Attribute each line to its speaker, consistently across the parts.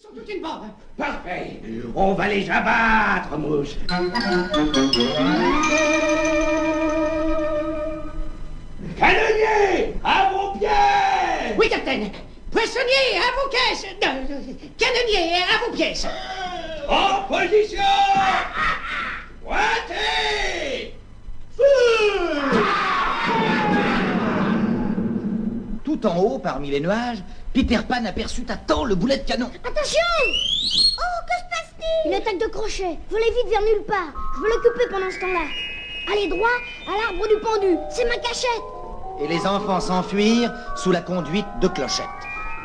Speaker 1: sont toute une bande.
Speaker 2: Parfait. On va les abattre, mouche. Canonnier, à vos pieds
Speaker 1: Oui, capitaine. Poissonnier, à vos caisses. Non, non, canonnier, à vos pièces.
Speaker 2: En position Pointez Feu
Speaker 3: Tout en haut, parmi les nuages, Peter Pan aperçut à temps le boulet de canon.
Speaker 4: Attention Oh, que se passe-t-il Une attaque de crochet. Volez vite vers nulle part. Je veux l'occuper pendant ce temps-là. Allez droit à l'arbre du pendu. C'est ma cachette.
Speaker 3: Et les enfants s'enfuirent sous la conduite de Clochette.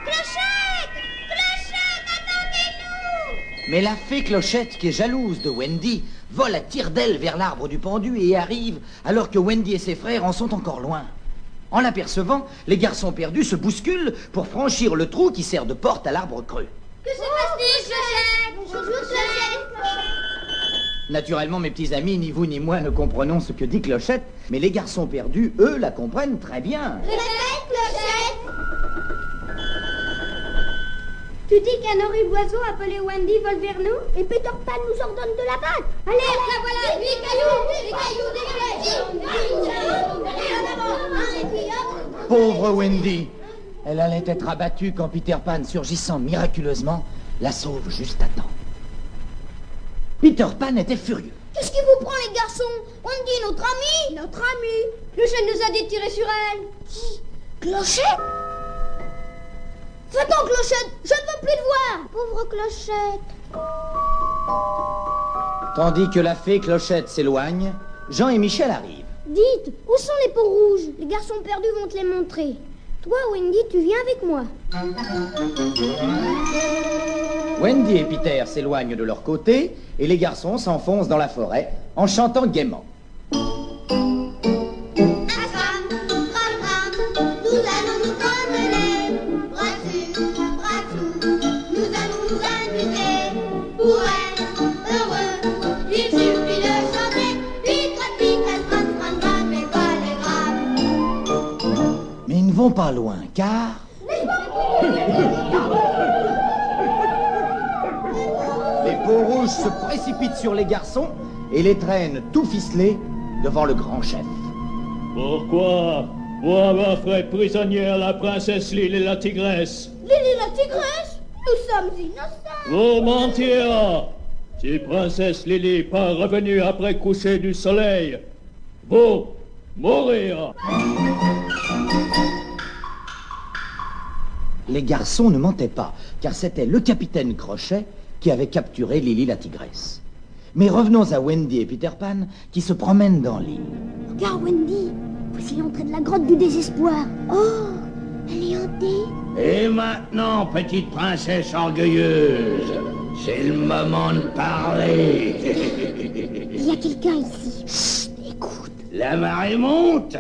Speaker 4: Clochette Clochette, attendez-nous
Speaker 3: Mais la fée Clochette, qui est jalouse de Wendy, vole à tire d'aile vers l'arbre du pendu et arrive alors que Wendy et ses frères en sont encore loin. En l'apercevant, les garçons perdus se bousculent pour franchir le trou qui sert de porte à l'arbre creux.
Speaker 4: Que se passe-t-il, Clochette Bonjour, Clochette
Speaker 3: Naturellement, mes petits amis, ni vous ni moi ne comprenons ce que dit Clochette, mais les garçons perdus, eux, la comprennent très bien.
Speaker 4: Répète, Clochette Tu dis qu'un horrible oiseau appelé Wendy vole vers nous Et Peter Pan nous ordonne de l'abattre Allez, la voilà Des cailloux Des cailloux, des cailloux
Speaker 3: Pauvre Wendy Elle allait être abattue quand Peter Pan, surgissant miraculeusement, la sauve juste à temps. Peter Pan était furieux.
Speaker 4: Qu'est-ce qui vous prend, les garçons Wendy, notre ami Notre ami Le chêne nous a détiré sur elle Qui Clochette Va-t'en, Clochette Je ne veux plus te voir Pauvre Clochette
Speaker 3: Tandis que la fée Clochette s'éloigne, Jean et Michel arrivent.
Speaker 4: Dites, où sont les peaux rouges Les garçons perdus vont te les montrer. Toi, Wendy, tu viens avec moi.
Speaker 3: Wendy et Peter s'éloignent de leur côté et les garçons s'enfoncent dans la forêt en chantant gaiement. Mais ils ne vont pas loin, car... Les peaux rouges se précipitent sur les garçons et les traînent tout ficelés devant le grand chef.
Speaker 5: Pourquoi vous avoir fait prisonnière la princesse Lille et la tigresse
Speaker 4: Lille et la tigresse Nous sommes innocents
Speaker 5: Vous mentirez Si princesse Lily pas revenue après coucher du soleil, vous mourir
Speaker 3: Les garçons ne mentaient pas, car c'était le capitaine Crochet qui avait capturé Lily la tigresse. Mais revenons à Wendy et Peter Pan qui se promènent dans l'île.
Speaker 4: Regarde Wendy, voici l'entrée de la grotte du désespoir. Oh, elle est hantée.
Speaker 2: Et maintenant, petite princesse orgueilleuse, c'est le moment de parler.
Speaker 4: Il y a quelqu'un ici. Chut, écoute.
Speaker 2: La marée monte.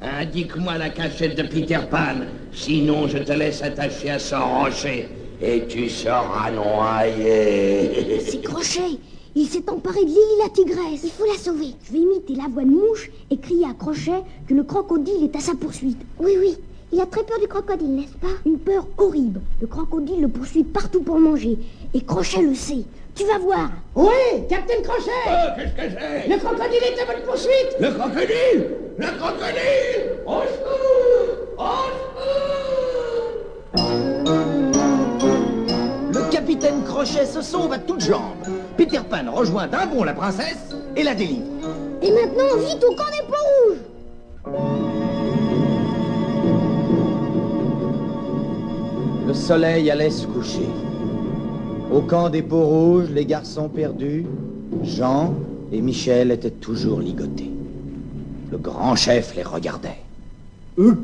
Speaker 2: Indique-moi la cachette de Peter Pan, sinon je te laisse attaché à ce rocher et tu seras noyé.
Speaker 4: C'est Crochet. Il s'est emparé de Lily la tigresse. Il faut la sauver. Je vais imiter la voix de mouche et crier à Crochet que le crocodile est à sa poursuite. Oui, oui. Il a très peur du crocodile, n'est-ce pas Une peur horrible. Le crocodile le poursuit partout pour manger. Et Crochet le sait. Tu vas voir.
Speaker 1: Oui, Capitaine Crochet
Speaker 2: Oh, qu'est-ce que c'est
Speaker 1: Le crocodile est à votre poursuite
Speaker 2: Le crocodile Le crocodile Au secours Au secours
Speaker 3: capitaine Crochet se sauve à toutes jambes. Peter Pan rejoint d'un bond la princesse et la délivre.
Speaker 4: Et maintenant, vite au camp des peaux rouges
Speaker 3: Le soleil allait se coucher. Au camp des peaux rouges, les garçons perdus, Jean et Michel étaient toujours ligotés. Le grand chef les regardait.
Speaker 5: Euh.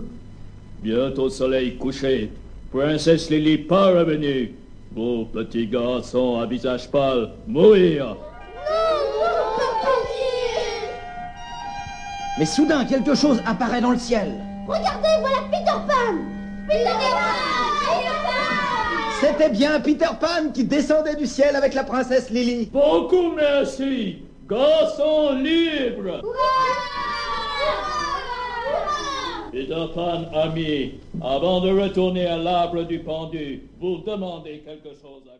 Speaker 5: Bientôt soleil couché, princesse Lily pas revenue. Vos petits garçons à visage pâle, mourir
Speaker 3: Mais soudain, quelque chose apparaît dans le ciel.
Speaker 4: Regardez, voilà Peter Pan Peter Pan
Speaker 3: C'était bien Peter Pan qui descendait du ciel avec la princesse Lily.
Speaker 5: Beaucoup merci Garçon libre Peter Pan, ami, avant de retourner à l'arbre du pendu, vous demandez quelque chose à